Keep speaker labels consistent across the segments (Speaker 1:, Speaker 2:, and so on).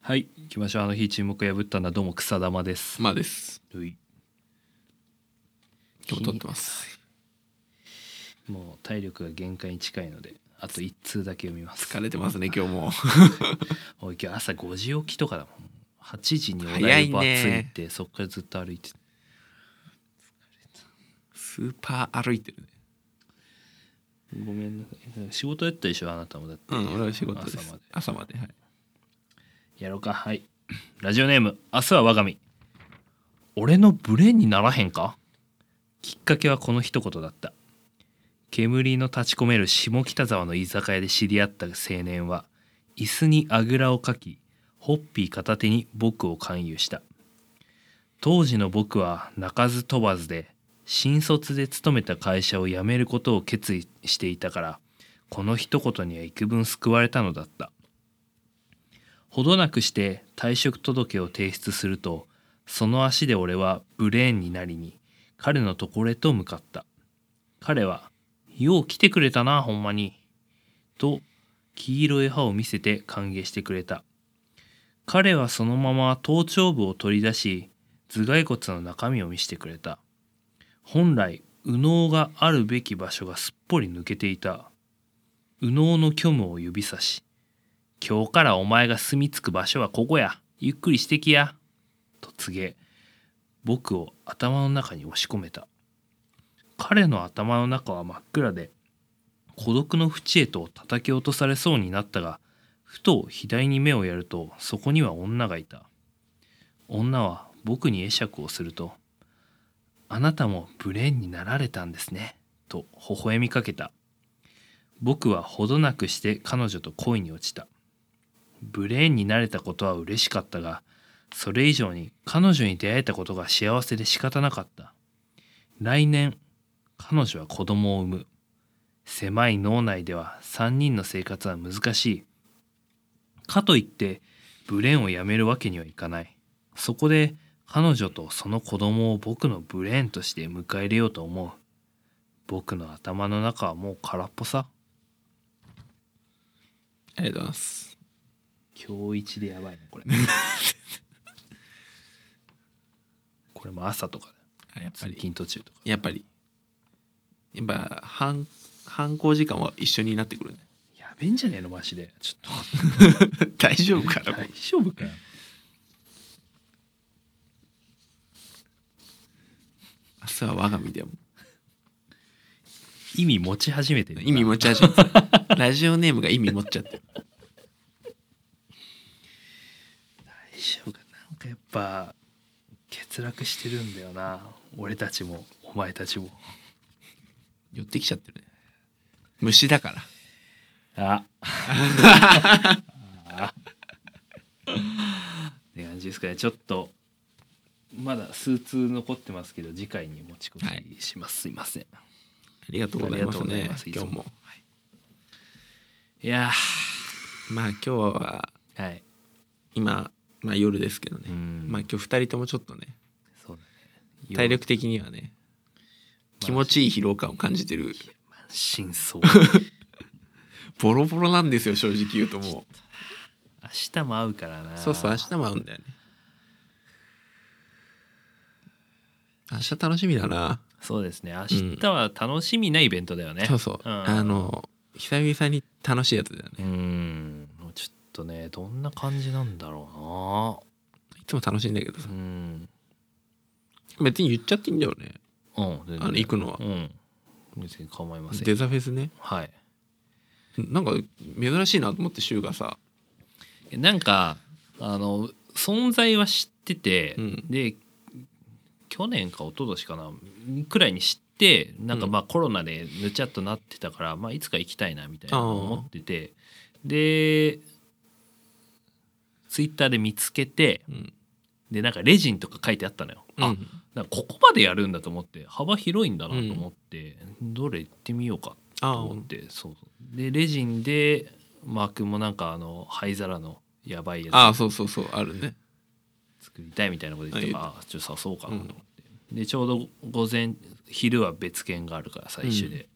Speaker 1: はい行きましょうあの日注目破ったのはどうも草玉です
Speaker 2: まあです。
Speaker 1: はい
Speaker 2: 今日撮ってます。
Speaker 1: もう体力が限界に近いのであと一通だけ読みます
Speaker 2: 疲れてますね、今日も。
Speaker 1: おい今日朝5時起きとかだもん8時にお
Speaker 2: 早
Speaker 1: 台
Speaker 2: い
Speaker 1: 場着い
Speaker 2: ね
Speaker 1: てそっからずっと歩いてた
Speaker 2: スーパー歩いてるね。
Speaker 1: ごめんなさい仕事やったでしょあなたもだって
Speaker 2: うん、俺は仕事です。
Speaker 1: 朝
Speaker 2: 朝
Speaker 1: ま
Speaker 2: ま
Speaker 1: で
Speaker 2: で。はい。
Speaker 1: やろうかはいラジオネーム明日は我が身俺のブレーンにならへんかきっかけはこの一言だった煙の立ち込める下北沢の居酒屋で知り合った青年は椅子にあぐらをかきホッピー片手に僕を勧誘した当時の僕は鳴かず飛ばずで新卒で勤めた会社を辞めることを決意していたからこの一言には幾分救われたのだったほどなくして退職届を提出するとその足で俺はブレーンになりに彼のところへと向かった彼は「よう来てくれたなほんまに」と黄色い歯を見せて歓迎してくれた彼はそのまま頭頂部を取り出し頭蓋骨の中身を見せてくれた本来右脳があるべき場所がすっぽり抜けていた右脳の虚無を指さし今日からお前が住み着く場所はここやゆっくりしてきや」と告げ僕を頭の中に押し込めた彼の頭の中は真っ暗で孤独の淵へと叩き落とされそうになったがふと左に目をやるとそこには女がいた女は僕に会釈をすると「あなたもブレーンになられたんですね」と微笑みかけた僕はほどなくして彼女と恋に落ちたブレーンになれたことは嬉しかったがそれ以上に彼女に出会えたことが幸せで仕方なかった来年彼女は子供を産む狭い脳内では3人の生活は難しいかといってブレーンをやめるわけにはいかないそこで彼女とその子供を僕のブレーンとして迎え入れようと思う僕の頭の中はもう空っぽさ
Speaker 2: ありがとうございます。
Speaker 1: 今日一でやばいなこれ これも朝とか
Speaker 2: あやっぱ
Speaker 1: 通
Speaker 2: り。
Speaker 1: 勤途中とか
Speaker 2: やっぱり。やっぱ、犯、犯行時間は一緒になってくるね。
Speaker 1: やべえんじゃねえのマジでちょっ
Speaker 2: 大丈夫か
Speaker 1: と
Speaker 2: な、こ
Speaker 1: 大
Speaker 2: れ
Speaker 1: 丈夫かよ
Speaker 2: 明日は我が身でも。
Speaker 1: 意味持ち始めてる
Speaker 2: 意味持ち始めて るラジオネームが意味持っちゃってる。
Speaker 1: 大丈夫かなんかやっぱ欠落してるんだよな俺たちもお前たちも
Speaker 2: 寄ってきちゃってるね。虫だから。
Speaker 1: あ あって感じですかねちょっとまだ数通残ってますけど次回に持ち越しします、すいません
Speaker 2: ありがとうございます
Speaker 1: ありがとうござい
Speaker 2: ね
Speaker 1: ます。
Speaker 2: 今日も。
Speaker 1: いや
Speaker 2: まあ今日は、
Speaker 1: ーはい
Speaker 2: 今、まあ夜ですけどね。
Speaker 1: うん
Speaker 2: まあ今日二人ともちょっとね、
Speaker 1: そうだね
Speaker 2: 体力的にはね、気持ちいい疲労感を感じてる。
Speaker 1: 真相
Speaker 2: ボロボロなんですよ、正直言うとも
Speaker 1: 明日も会うからな
Speaker 2: う。そうそう、明日も会うんだよね。明日楽しみだな。
Speaker 1: そうですね明日は楽しみなイベントだよね、
Speaker 2: そうそう。
Speaker 1: ん
Speaker 2: あの、久々に楽しいやつだよ
Speaker 1: う
Speaker 2: ね。
Speaker 1: ーんもうちょっとねどんな感じなんだろ
Speaker 2: いつも楽しいんだけど
Speaker 1: う
Speaker 2: さ
Speaker 1: なう。ん
Speaker 2: 別に言っちゃっていいんだよね。
Speaker 1: うん全然
Speaker 2: あの、行くのは
Speaker 1: う。ん別に構いませ
Speaker 2: デ
Speaker 1: ん
Speaker 2: ザフェスね。
Speaker 1: はい
Speaker 2: なんか珍しいなと思って週がさ、
Speaker 1: なんかあの存在は知ってて、
Speaker 2: うん
Speaker 1: で去年か一昨年かなくらいに知ってなんか
Speaker 2: うん
Speaker 1: まあコロナでぬちゃっとなってたから、まあ、いつか行きたいなみたいな
Speaker 2: あー
Speaker 1: 思っててでツイッターで見つけて
Speaker 2: うん
Speaker 1: でなんかレジンとか書いてあったのよ、
Speaker 2: う
Speaker 1: あ
Speaker 2: ん
Speaker 1: なんかここまでやるんだと思って幅広いんだなと思って、どれ行ってみようか
Speaker 2: あ
Speaker 1: と思ってそうそうでレジンでマークもなんかあの灰皿のやばいやつ
Speaker 2: ああそうそうそうあるね
Speaker 1: 作りたいみたいなこと言ってたからあちょっと誘おうかなと思って、でちょうど午前昼は別件があるから最初で、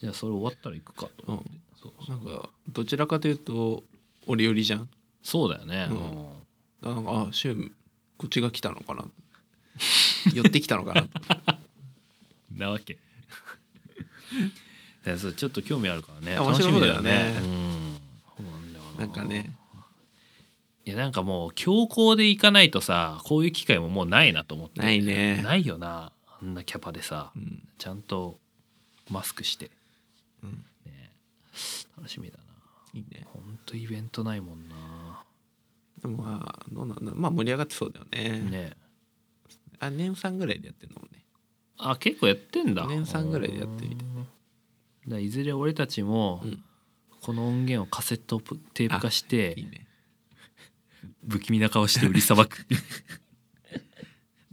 Speaker 1: じゃあそれ終わったら行くかと思って、そうそう
Speaker 2: なんかどちらかというと俺よりじゃん
Speaker 1: そうだよね、
Speaker 2: う
Speaker 1: うんん
Speaker 2: あなんかあシュンこっちが来たのかな 寄ってきたの かな
Speaker 1: なわけ だからそうちょっと興味あるからね
Speaker 2: 面白そうだよね
Speaker 1: 楽しみうんそうなんだよ
Speaker 2: なんかね
Speaker 1: いやなんかもう強行で行かないとさこういう機会ももうないなと思って
Speaker 2: ないね
Speaker 1: ないよなあんなキャパでさ
Speaker 2: うん
Speaker 1: ちゃんとマスクして、
Speaker 2: うん
Speaker 1: ね、楽しみだない
Speaker 2: いね
Speaker 1: ほんとイベントないもんな
Speaker 2: でもまあどうなんだろうまあ盛り上がってそうだよね
Speaker 1: ね
Speaker 2: あ年3ぐらいでやってるのもね
Speaker 1: あ結構やってんだ
Speaker 2: 年三ぐらいでやってみて
Speaker 1: うんだからいずれ俺たちも
Speaker 2: うん
Speaker 1: この音源をカセットテープ化して
Speaker 2: いいね
Speaker 1: 不気味な顔して売りさば く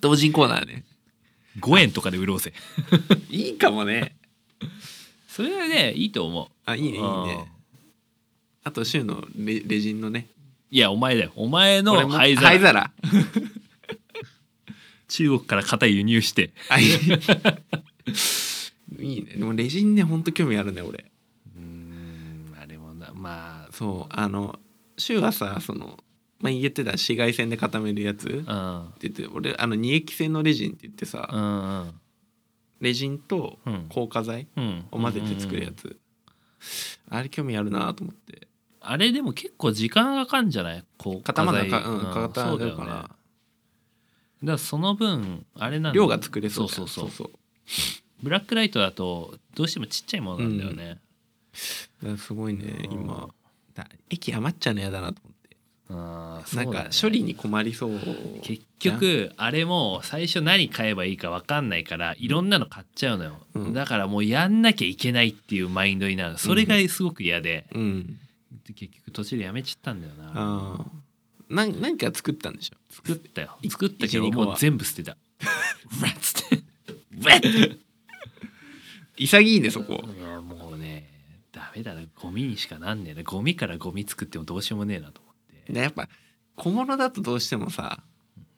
Speaker 2: 同人コーナーね
Speaker 1: 5円とかで売ろうぜ
Speaker 2: いいかもね
Speaker 1: それはねいいと思
Speaker 2: あいいうねいい
Speaker 1: うん
Speaker 2: ねあとシュンのレレジンのね
Speaker 1: いやお前だよお前
Speaker 2: これ
Speaker 1: の
Speaker 2: も
Speaker 1: 灰皿
Speaker 2: 灰皿
Speaker 1: 中国から型輸入して
Speaker 2: あいい いいねでもレジンねほんと興味あるね俺
Speaker 1: うんあれもなま
Speaker 2: そうあのシュウがさその、まあ、言ってた紫外線で固めるやつって
Speaker 1: あ
Speaker 2: 言って俺あの二液性のレジンって言ってさ、
Speaker 1: うんうん
Speaker 2: レジンと
Speaker 1: うん
Speaker 2: 硬化剤
Speaker 1: うん
Speaker 2: を混ぜて作るやつ、あれ興味あるなと思って
Speaker 1: あれでも結構時間がかかんじゃないこう
Speaker 2: 固まる
Speaker 1: 火
Speaker 2: か、
Speaker 1: 剤
Speaker 2: うん、固ま
Speaker 1: そうだ
Speaker 2: る
Speaker 1: よ
Speaker 2: か
Speaker 1: ね
Speaker 2: ら、
Speaker 1: だからその分あれなんだ
Speaker 2: 量が作れそうだ
Speaker 1: そ
Speaker 2: よ
Speaker 1: うそうそう
Speaker 2: そう
Speaker 1: ブラックライトだとどうしてもちっちゃいものなんだよね、
Speaker 2: だからすごいね
Speaker 1: うん
Speaker 2: 今だ液余っちゃうの嫌だなと思って、
Speaker 1: あーそ
Speaker 2: なん
Speaker 1: うだ
Speaker 2: か
Speaker 1: ね
Speaker 2: 処理に困りそう
Speaker 1: 結局あれも最初何買えばいいか分かんないからいろんなの買っちゃうのよ、
Speaker 2: うん
Speaker 1: だからもうやんなきゃいけないっていうマインドになるそれがすごく嫌で、
Speaker 2: うん
Speaker 1: 結局途中でやめちゃったんだよな
Speaker 2: あーなんなんか作ったんでしょ
Speaker 1: 作ったよ
Speaker 2: い
Speaker 1: 作ったけど
Speaker 2: 一二個は
Speaker 1: もう全部捨て たうわっつってうわっ
Speaker 2: 潔いねそこ
Speaker 1: いやもうねダメだなゴミにしかなんねえなゴミからゴミ作ってもどうしようもねえなと思って、
Speaker 2: ねやっぱ小物だとどうしてもさ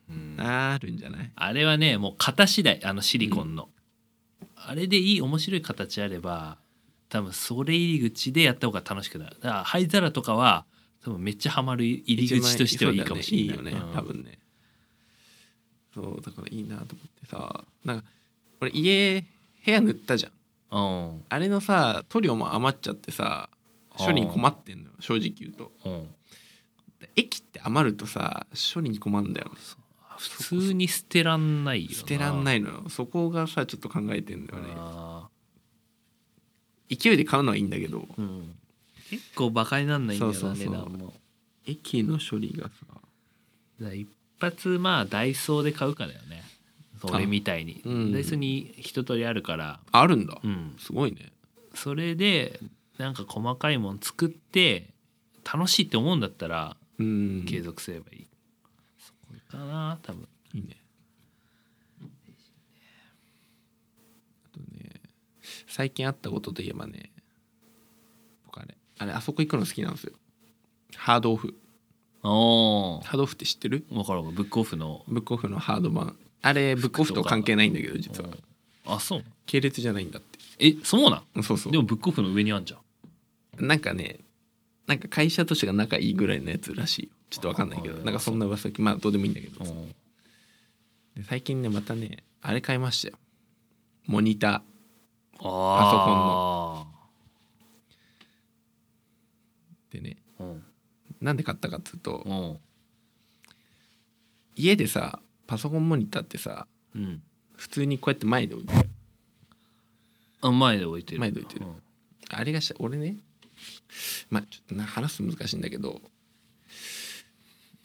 Speaker 1: うん
Speaker 2: なるんじゃない
Speaker 1: あれはねもう型次第あのシリコンの、あれでいい面白い形あれば多分それ入り口でやった方が楽しくなるだから灰皿とかは多分めっちゃハマる入り口としてはいいかもしれない
Speaker 2: そうだねいいよね、多分ねそうだからいいなと思ってさなんか俺家部屋塗ったじゃん
Speaker 1: うん
Speaker 2: あれのさ塗料も余っちゃってさ処理に困ってんのよ正直言うと
Speaker 1: うんうん
Speaker 2: 液って余るとさ処理に困るんだよね
Speaker 1: 普通に捨てらんないよな
Speaker 2: 捨てらんないいのよそこがさちょっと考えてんだよね
Speaker 1: あ
Speaker 2: 勢いで買うのはいいんだけど
Speaker 1: ー、うん、結構バカになんないんだよな
Speaker 2: そうそうそう
Speaker 1: 値段も
Speaker 2: 液の処理がさ
Speaker 1: だから一発まあダイソーで買うかだよねそれみたいに、
Speaker 2: うん
Speaker 1: ダイソーに一通りあるから
Speaker 2: あるんだ、
Speaker 1: うん
Speaker 2: すごいね
Speaker 1: それでなんか細かいもん作って楽しいって思うんだったら
Speaker 2: うん
Speaker 1: 継続すればいい、そこかな多分
Speaker 2: いいね。あとね、最近あったことといえばね、僕あれ、あれ、あそこ行くの好きなんですよ。ハードオフ。
Speaker 1: お
Speaker 2: ハードオフって知ってる
Speaker 1: 分かるわかるブックオフの
Speaker 2: ブックオフのハード版。あれ、ブックオフと関係ないんだけど、実は。
Speaker 1: あそう
Speaker 2: 系列じゃないんだって。
Speaker 1: えそうなん
Speaker 2: うんそうそう
Speaker 1: で。もブックオフの上にあんじゃん
Speaker 2: なんかね、なんか会社としてが仲いいぐらいのやつらしいよ。ちょっとわかんないけど、
Speaker 1: あ
Speaker 2: なんかそんな噂、まあどうでもいいんだけど。
Speaker 1: うん
Speaker 2: で最近ね、またね、あれ買いましたよ。モニタ
Speaker 1: あ
Speaker 2: ー。でね、
Speaker 1: パソコンの
Speaker 2: なんで買ったかっつうと、
Speaker 1: うんうん
Speaker 2: 家でさパソコンモニターってさ
Speaker 1: うん
Speaker 2: 普通にこうやって前で置いてる
Speaker 1: あ前で置いてる
Speaker 2: 前で置いてる
Speaker 1: うん
Speaker 2: あれがした俺ねまあちょっとな話すの難しいんだけど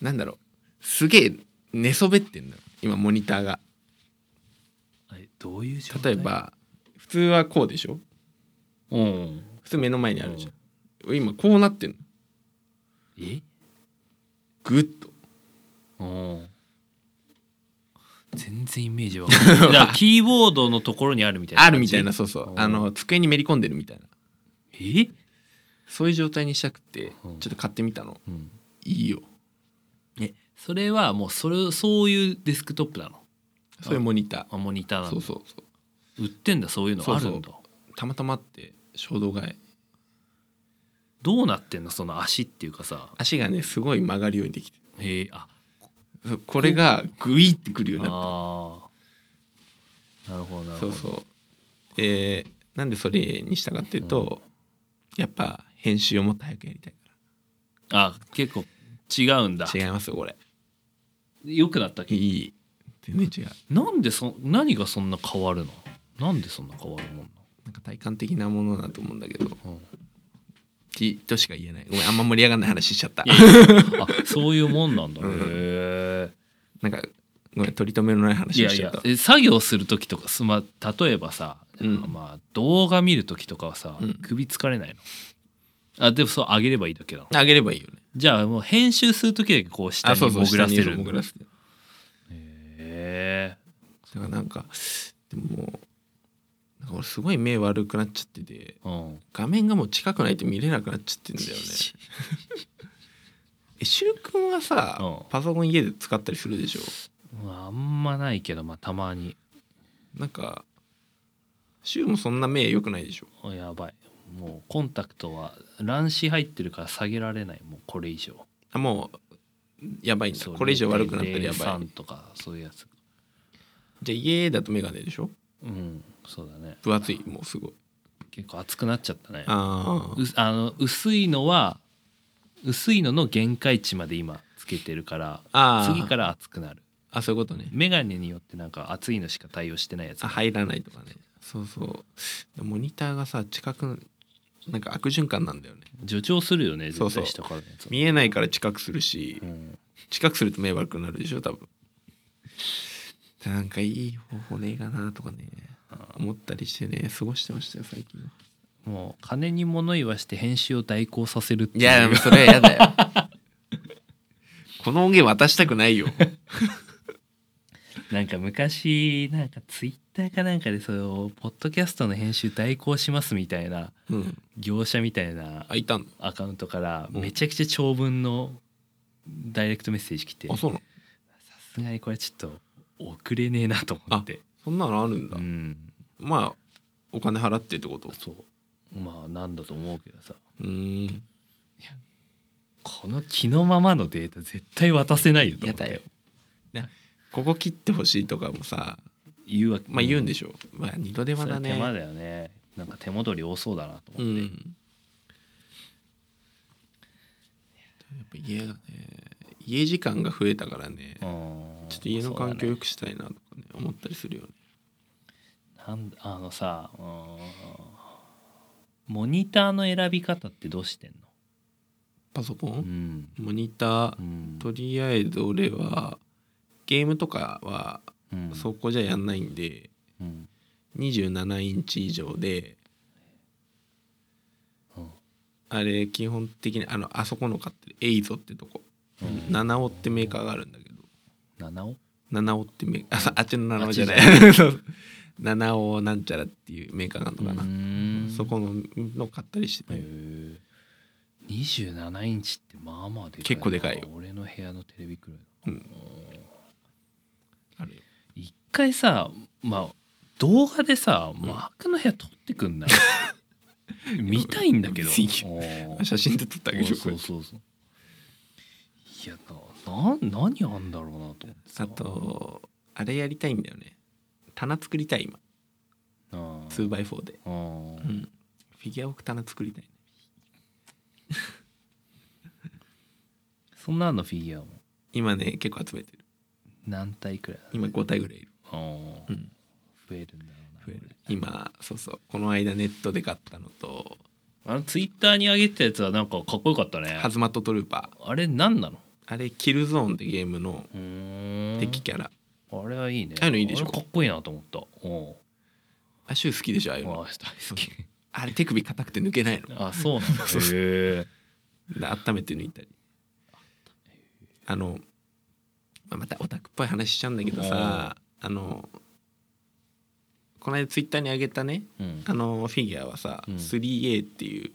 Speaker 2: なんだろうすげえ寝そべってんのよ今モニターが
Speaker 1: えどういう状
Speaker 2: 例
Speaker 1: 態
Speaker 2: えば普通はこうでしょ
Speaker 1: うん
Speaker 2: 普通目の前にあるじゃん、今こうなってんの
Speaker 1: え
Speaker 2: グッと
Speaker 1: うん全然イメージわかん ないだからキーボードのところにあるみたいな
Speaker 2: あ
Speaker 1: 感じ
Speaker 2: るみたいなそうそう
Speaker 1: うん
Speaker 2: あの机にめり込んでるみたいな
Speaker 1: え、
Speaker 2: そういう状態にしたくて
Speaker 1: うん
Speaker 2: ちょっと買ってみたの
Speaker 1: うん、
Speaker 2: いいよ
Speaker 1: えそれはもうそれそういうデスクトップなの
Speaker 2: そういうモニタ
Speaker 1: あモニター
Speaker 2: ー
Speaker 1: な
Speaker 2: そ
Speaker 1: の
Speaker 2: うそうそう
Speaker 1: 売ってんだそういうの
Speaker 2: そう
Speaker 1: あ
Speaker 2: そ
Speaker 1: る
Speaker 2: うん
Speaker 1: だ
Speaker 2: たまたまあって衝動買い
Speaker 1: どうなってんのその足っていうかさ
Speaker 2: 足がねすごい曲がるようにできて
Speaker 1: へえあ
Speaker 2: そうこれがグイってくるようになっ
Speaker 1: あーなるほどな
Speaker 2: た
Speaker 1: るほ
Speaker 2: そう
Speaker 1: ど
Speaker 2: そうえーなんでそれにしたかっていうと、やっぱ編集をもっと早くやりたいか
Speaker 1: あ結構違うんだ
Speaker 2: ら違いますよこれ
Speaker 1: 良くなったっ
Speaker 2: い
Speaker 1: け
Speaker 2: い全然違う
Speaker 1: なんでそ何がそんな変わるのなんでそんな変わるもん
Speaker 2: なんか体感的なものだと思うんだけど
Speaker 1: なの、うん
Speaker 2: じっとしか言えないごめんあんま盛り上がらない話しちゃった
Speaker 1: いやいやあそういうもんなんだね、
Speaker 2: うん
Speaker 1: へ
Speaker 2: なんかごめん取り留めのな
Speaker 1: え
Speaker 2: い
Speaker 1: い
Speaker 2: 話を
Speaker 1: や
Speaker 2: し
Speaker 1: い
Speaker 2: ちゃっ
Speaker 1: や
Speaker 2: た
Speaker 1: え作業する時とかすま例えばさ、
Speaker 2: うん
Speaker 1: まあ動画見る時とかはさ、
Speaker 2: うん
Speaker 1: 首疲れないのあでもそう上げればいいだけなの
Speaker 2: あげればいいよね
Speaker 1: じゃあもう編集する時だけこう下
Speaker 2: あ
Speaker 1: に
Speaker 2: そうそう
Speaker 1: 潜らせ
Speaker 2: 下
Speaker 1: る
Speaker 2: に
Speaker 1: ん
Speaker 2: 潜
Speaker 1: だ
Speaker 2: らせて
Speaker 1: へえ
Speaker 2: だからなんかでもなんか俺すごい目悪くなっちゃってて
Speaker 1: うん
Speaker 2: 画面がもう近くないと見れなくなっちゃってんだよねえしゅうくんはさ、
Speaker 1: うん
Speaker 2: パソコン家で使ったりするでしょ
Speaker 1: まああんまないけどまあたまに
Speaker 2: なんかしゅうもそんな目良くないでしょ
Speaker 1: あやばいもうコンタクトは乱視入ってるから下げられないもうこれ以上
Speaker 2: あもうやばいんだ
Speaker 1: そう
Speaker 2: これ以上悪くなったらやばい
Speaker 1: 0.03とかそういうやつ
Speaker 2: じゃあ家だと眼鏡でしょ
Speaker 1: うんそうだね
Speaker 2: 分厚いもうすごい
Speaker 1: 結構熱くなっちゃったね
Speaker 2: あ
Speaker 1: うあの薄いのは薄いのの限界値まで今つけてるから
Speaker 2: あ
Speaker 1: 次からら熱くなる
Speaker 2: あそういうことね
Speaker 1: メガネによってなんか熱いのしか対応してないやつ
Speaker 2: あ入らないとかねそうそうモニターがさ近くなんか悪循環なんだよね
Speaker 1: 助長するよね
Speaker 2: そう
Speaker 1: 絶
Speaker 2: そう
Speaker 1: 対下からのやつは
Speaker 2: 見えないから近くするし
Speaker 1: うん
Speaker 2: 近くすると目悪くなるでしょ多分なんかいい方法ねえかなとかね思ったりしてね過ごしてましたよ最近
Speaker 1: もう金に物言わして編集を代行させるって
Speaker 2: い
Speaker 1: いう
Speaker 2: やそれは嫌だよこの音源渡したくないよ
Speaker 1: なんか昔なんかツイッターかなんかでそのポッドキャストの編集代行しますみたいな
Speaker 2: うん
Speaker 1: 業者みたいな
Speaker 2: あいたの
Speaker 1: アカウントから
Speaker 2: うん
Speaker 1: めちゃくちゃ長文のダイレクトメッセージ来て
Speaker 2: あ
Speaker 1: さ
Speaker 2: そうなの
Speaker 1: すがにこれちょっと遅れねえなと思って
Speaker 2: そんなのあるんだ、
Speaker 1: うん
Speaker 2: まあお金払ってってこと
Speaker 1: そうまあなんだと思うけどさ
Speaker 2: うーん
Speaker 1: この気のままのデータ絶対渡せないよと思って
Speaker 2: やだよここ切ってほしいとかもさ
Speaker 1: 言うわけ
Speaker 2: まあ言うんで
Speaker 1: し
Speaker 2: しょ、まあ二度手間だね
Speaker 1: 手間だよねなんか手戻り多そうだなと
Speaker 2: う
Speaker 1: 思って、
Speaker 2: んやっぱ家がね家時間が増えたからね
Speaker 1: うん
Speaker 2: ちょっと家の環境良
Speaker 1: そう
Speaker 2: くしたいなとかね思ったりするよね
Speaker 1: だねなんだあのさうんモニターの選び方ってどうしてんの
Speaker 2: パソコン、
Speaker 1: うん、
Speaker 2: モニター
Speaker 1: うん
Speaker 2: とりあえず俺はゲームとかは
Speaker 1: うん
Speaker 2: そこじゃやんないんで
Speaker 1: うん
Speaker 2: 27インチ以上で
Speaker 1: うん
Speaker 2: あれ基本的にあのあそこの買ってるエイゾってとこ
Speaker 1: うん
Speaker 2: 七尾ってメーカーがあるんだけど
Speaker 1: 七尾
Speaker 2: 七尾ってメー カーああっちの七尾じゃない
Speaker 1: あ
Speaker 2: そう 七尾なんちゃらっていうメーカーなのかな、そこのの買ったりしてて、
Speaker 1: へえ27インチってまあまあでかいな
Speaker 2: 結構でかいよ
Speaker 1: 俺の部屋のテレビくらい
Speaker 2: あるよ
Speaker 1: 一回さまあ動画でさマークの部屋撮ってくん ない見たいんだけど
Speaker 2: いや
Speaker 1: おー
Speaker 2: 写真で撮ったあげるよこ
Speaker 1: そ
Speaker 2: れ
Speaker 1: うそうそういやなな何あんだろうなと思ってさ
Speaker 2: あとあれやりたいんだよね棚作りたい今
Speaker 1: あー
Speaker 2: 2x4 で、
Speaker 1: あー
Speaker 2: うんフィギュア置く棚作りたい
Speaker 1: そんなのフィギュアも
Speaker 2: 今ね結構集めてる
Speaker 1: 何体くらいある
Speaker 2: 今5体ぐらいいる
Speaker 1: あー
Speaker 2: うん
Speaker 1: 増えるんだろうな
Speaker 2: 増える今そうそうこの間ネットで買ったのと
Speaker 1: あのツイッターに上げてたやつはなんかかっこよかったね
Speaker 2: ハズマットトルーパー
Speaker 1: あれ何なの
Speaker 2: あれキルゾーンってゲームの
Speaker 1: うーん
Speaker 2: 敵キャラ、
Speaker 1: あれはいいね
Speaker 2: ああいうのいいでしょ
Speaker 1: あれかっこいいなと思ったお
Speaker 2: あシュウ好きでしょああいう
Speaker 1: う
Speaker 2: の
Speaker 1: あ大好き
Speaker 2: あれ手首硬くて抜けないの
Speaker 1: あそうなん だへ
Speaker 2: で温めて抜いたりあの、まあ、またオタクっぽい話しちゃうんだけどさあのこの間ツイッターにあげたね
Speaker 1: えうん
Speaker 2: あのフィギュアはさ、
Speaker 1: うん
Speaker 2: 3A っていう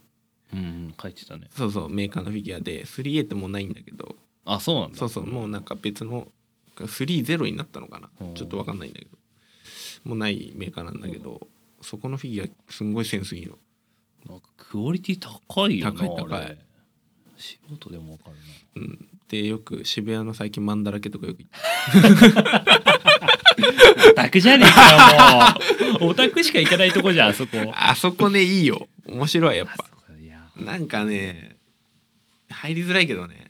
Speaker 1: うんうん書いてたね
Speaker 2: そうそうメーカーのフィギュアで 3A ってもうないんだけど
Speaker 1: あそうなんだ
Speaker 2: そうそうもうなんか別の30になったのかな
Speaker 1: うん
Speaker 2: ちょっと分かんないんだけどもうないメーカーなんだけどそこのフィギュアすんごいセンスいいの
Speaker 1: なんかクオリティ高いよな
Speaker 2: 高い高い
Speaker 1: あれ素人でもわかるな
Speaker 2: うん、でよく渋谷の最近マンだらけとかよく行って
Speaker 1: オタクじゃねえかよも うオタクしか行かないとこじゃんあそこ
Speaker 2: あそこねいいよ面白いやっ
Speaker 1: あ
Speaker 2: ぱ
Speaker 1: そこいや
Speaker 2: なんかね入りづらいけどね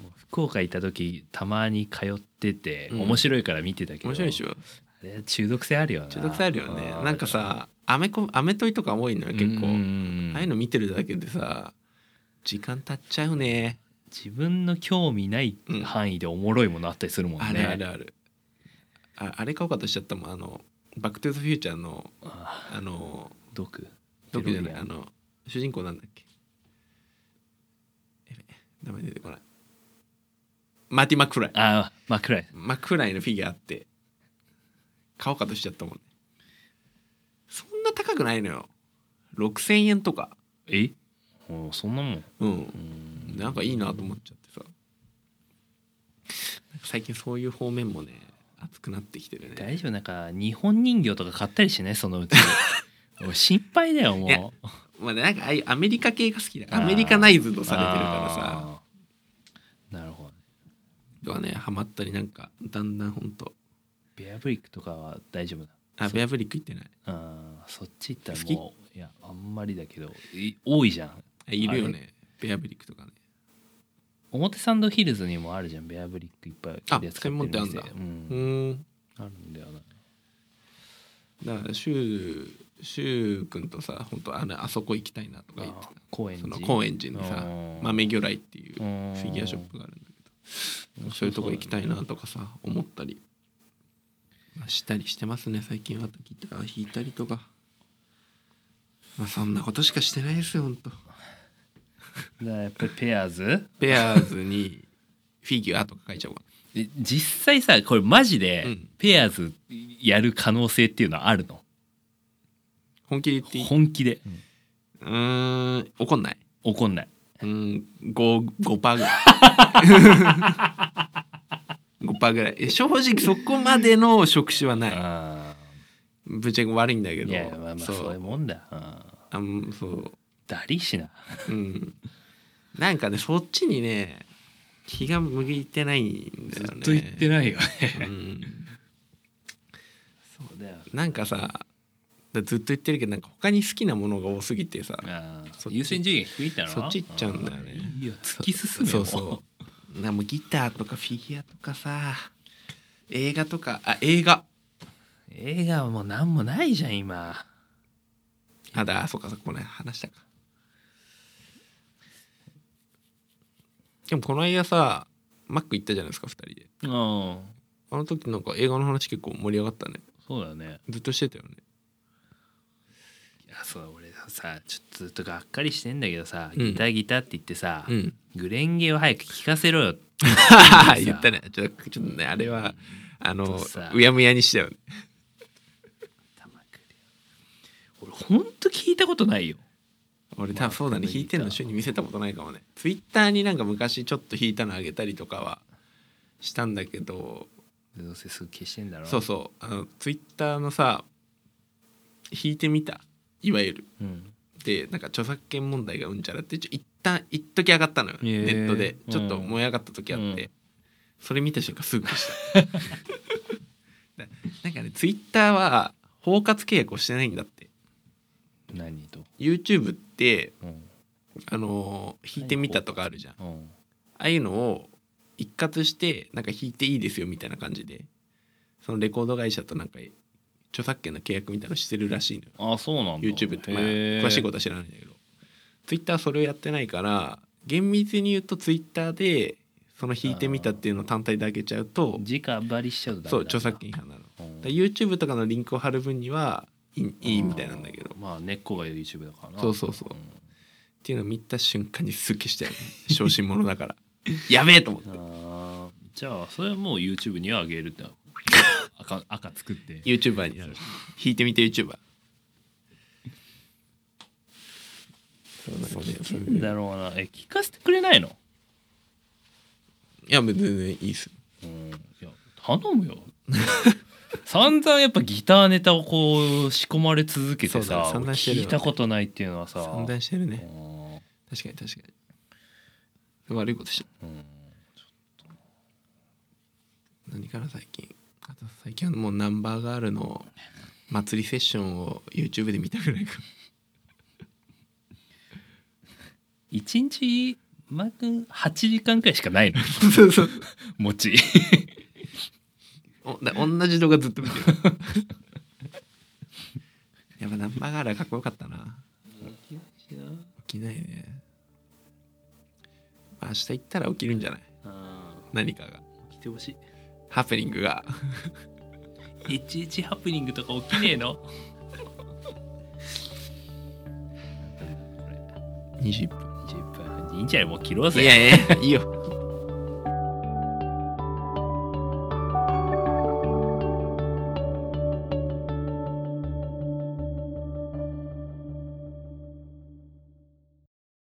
Speaker 1: もう福岡行った時たまに通ってて、
Speaker 2: うん
Speaker 1: 面白いから見てたけど
Speaker 2: 面白いでしょ
Speaker 1: あれ中毒性あるよな
Speaker 2: 中毒性あるよね
Speaker 1: あー
Speaker 2: なんかさアメコアメトイとか多いのよ結構
Speaker 1: うんうんうん
Speaker 2: ああいうの見てるだけでさ時間経っちゃうね
Speaker 1: 自分の興味ない
Speaker 2: うん
Speaker 1: 範囲でおもろいものあったりするもんね、
Speaker 2: あるあるあるああれ買おうかとしちゃったもんあの「バック・トゥ・ザ・フューチャーの」
Speaker 1: あ
Speaker 2: あの
Speaker 1: 毒
Speaker 2: ドキュじゃない
Speaker 1: デロリア
Speaker 2: あ
Speaker 1: ン
Speaker 2: の主人公なんだっけやべ名前出てこないマーティ・マクフライ
Speaker 1: あまあ暗い
Speaker 2: マクフライのフィギュアあって買おうかとしちゃったもんねそんな高くないのよ6,000円とか
Speaker 1: えおうそんなもん
Speaker 2: うん
Speaker 1: うん
Speaker 2: なんかいいなと思っちゃってさなんか最近そういう方面もね熱くなってきてるね
Speaker 1: 大丈夫なんか日本人形とか買ったりしないそのう ち俺心配だよもう
Speaker 2: いやまあねなんかああいうアメリカ系が好きだアメリカナイズドされてるからさ
Speaker 1: あーなるほど
Speaker 2: はねハマったりなんかだんだんほんと
Speaker 1: ベアブリックとかは大丈夫だ
Speaker 2: あベアブリック行ってない
Speaker 1: あーそっち行ったら
Speaker 2: 好き
Speaker 1: もういやあんまりだけどい多いじゃん
Speaker 2: あいるよねベアブリックとかね
Speaker 1: 表参道ヒルズにもあるじゃんベアブリックいっぱい
Speaker 2: あ
Speaker 1: 取り扱
Speaker 2: 専門店あんだ
Speaker 1: ってる
Speaker 2: う
Speaker 1: 店
Speaker 2: ーん
Speaker 1: うん、あるんだよな
Speaker 2: だからシュウシュウ君とさ本当あのあそこ行きたいなとか言って
Speaker 1: あ高円
Speaker 2: たその
Speaker 1: 寺
Speaker 2: 高円寺の
Speaker 1: あ
Speaker 2: さ
Speaker 1: ー
Speaker 2: 豆魚雷っていう
Speaker 1: う
Speaker 2: フ
Speaker 1: ん
Speaker 2: ィギュアショップがあるんだけどそういうとこ行きたいなとかさ思ったり、まあ、したりしてますね最近はギター弾いたりとかまあそんなことしかしてないですよ本当
Speaker 1: だからやっぱりペアーズ
Speaker 2: ペアーズにフィギュアとか書いちゃおうか
Speaker 1: で実際さこれマジで
Speaker 2: うん
Speaker 1: ペアーズやる可能性っていうのはあるの、
Speaker 2: 本気で言っていい
Speaker 1: 本気で
Speaker 2: うーん怒んない
Speaker 1: 怒んないう
Speaker 2: ーん 5%, 5ぐらい 5%ぐらいえ正直そこまでの職種はない
Speaker 1: あ
Speaker 2: ぶっちゃけ悪いんだけ
Speaker 1: ー
Speaker 2: ど
Speaker 1: いやまあまあ
Speaker 2: そ
Speaker 1: そういう
Speaker 2: う
Speaker 1: もんだうん
Speaker 2: あんそう
Speaker 1: だりしな
Speaker 2: うんなんかねそっちにね気が向いてないんだよね
Speaker 1: ないよ
Speaker 2: い、
Speaker 1: ね
Speaker 2: うん、
Speaker 1: そうだよ
Speaker 2: なんかさだずっと言ってるけどなんか他に好きなものが多すぎてさ
Speaker 1: あー
Speaker 2: そっち
Speaker 1: 優先順位が低いんだろ
Speaker 2: そっち行っちゃうんだよね
Speaker 1: あーいいよ突き進め
Speaker 2: そ
Speaker 1: よ
Speaker 2: うそうなもうギターとかフィギュアとかさ映画とかあ映画
Speaker 1: 映画はもう何もないじゃん今
Speaker 2: あだそうかそうかこの間話したかでもこの間さマック行ったじゃないですか2人で
Speaker 1: うん
Speaker 2: あの時なんか映画の話結構盛り上がったね
Speaker 1: そうだね
Speaker 2: ずっとしてたよね
Speaker 1: いやそう俺さちょっとずっとがっかりしてんだけどさ
Speaker 2: うん
Speaker 1: ギターギターって言ってさ、
Speaker 2: うん
Speaker 1: グレンゲを早く聴かせろよ
Speaker 2: 言ったねちょっとちょっとねあれはあ
Speaker 1: ほん
Speaker 2: の
Speaker 1: とさ
Speaker 2: うやむやにしたよね
Speaker 1: 玉くり俺ほんと聞いたことないよ
Speaker 2: 俺多分そうだね
Speaker 1: マックのギター
Speaker 2: 弾いてるの主に見せたことないかもねツイッターになんか昔ちょっと弾いたのあげたりとかはしたんだけど
Speaker 1: どうせすぐ消してんだろ
Speaker 2: そうそうあのツイッターのさ弾いてみたいわゆる
Speaker 1: う、うん、
Speaker 2: でなんか著作権問題がうんちゃらってちょ一旦一時上がったのよ、
Speaker 1: へー
Speaker 2: ネットでちょっと
Speaker 1: うん
Speaker 2: 燃え上がった時あって、
Speaker 1: うん
Speaker 2: それ見た瞬間すぐ消した だなんかねツイッターは包括契約をしてないんだって
Speaker 1: 何と、
Speaker 2: YouTube って
Speaker 1: うん
Speaker 2: あのー弾いてみたとかあるじゃん
Speaker 1: うん、
Speaker 2: ああいうのを一括してなんか弾いていいですよみたいな感じでそのレコード会社となんか著作権の契約みたいなのしてるらしいのよ
Speaker 1: あそうなんだ
Speaker 2: YouTube って、まあ、
Speaker 1: へー
Speaker 2: 詳しいことは知らないんだけど Twitter はそれをやってないから厳密に言うと Twitter でその弾いてみたっていうのを単体で開けちゃうと
Speaker 1: 直張りしちゃうとダメだ
Speaker 2: そう著作権違反なのだか
Speaker 1: うん
Speaker 2: ら YouTube とかのリンクを貼る分にはいいいいみたいなんだけどっ
Speaker 1: まあ根っこが YouTube だからな
Speaker 2: そうそうそうんていうのを見た瞬間にすっきしたよね 小心者だからやべえと思って
Speaker 1: あーじゃあそれはもう YouTube にはあげる って赤赤作って
Speaker 2: YouTuber になる弾いてみて YouTuber そうなんですよ
Speaker 1: なんだろうなえ聞かせてくれないの
Speaker 2: いや別に全然いいっす
Speaker 1: うんいや頼むよ 散々やっぱギターネタをこう仕込まれ続けて
Speaker 2: そうだ
Speaker 1: さ
Speaker 2: 散々してるよ
Speaker 1: 聞いたことないっていうのはさ
Speaker 2: 散々してるね
Speaker 1: うん
Speaker 2: 確かに確かに悪いことした
Speaker 1: うん
Speaker 2: 何かな最近あと最近はもうナンバーガールの祭りセッションを YouTube で見たぐらいか
Speaker 1: 一日マー君8時間くらいしかないの
Speaker 2: そうそう
Speaker 1: 持ち
Speaker 2: おだ同じ動画ずっと見てる やっぱナンバーガールはかっこよかったな起きないねまあ明日行ったら起きるんじゃない何かが
Speaker 1: 来てほし
Speaker 2: ハプニングが
Speaker 1: い11ハプニングとか起きねえ の
Speaker 2: 20分
Speaker 1: 10分いいんじゃないもう切ろう
Speaker 2: い
Speaker 1: ぜ
Speaker 2: やいやいいよ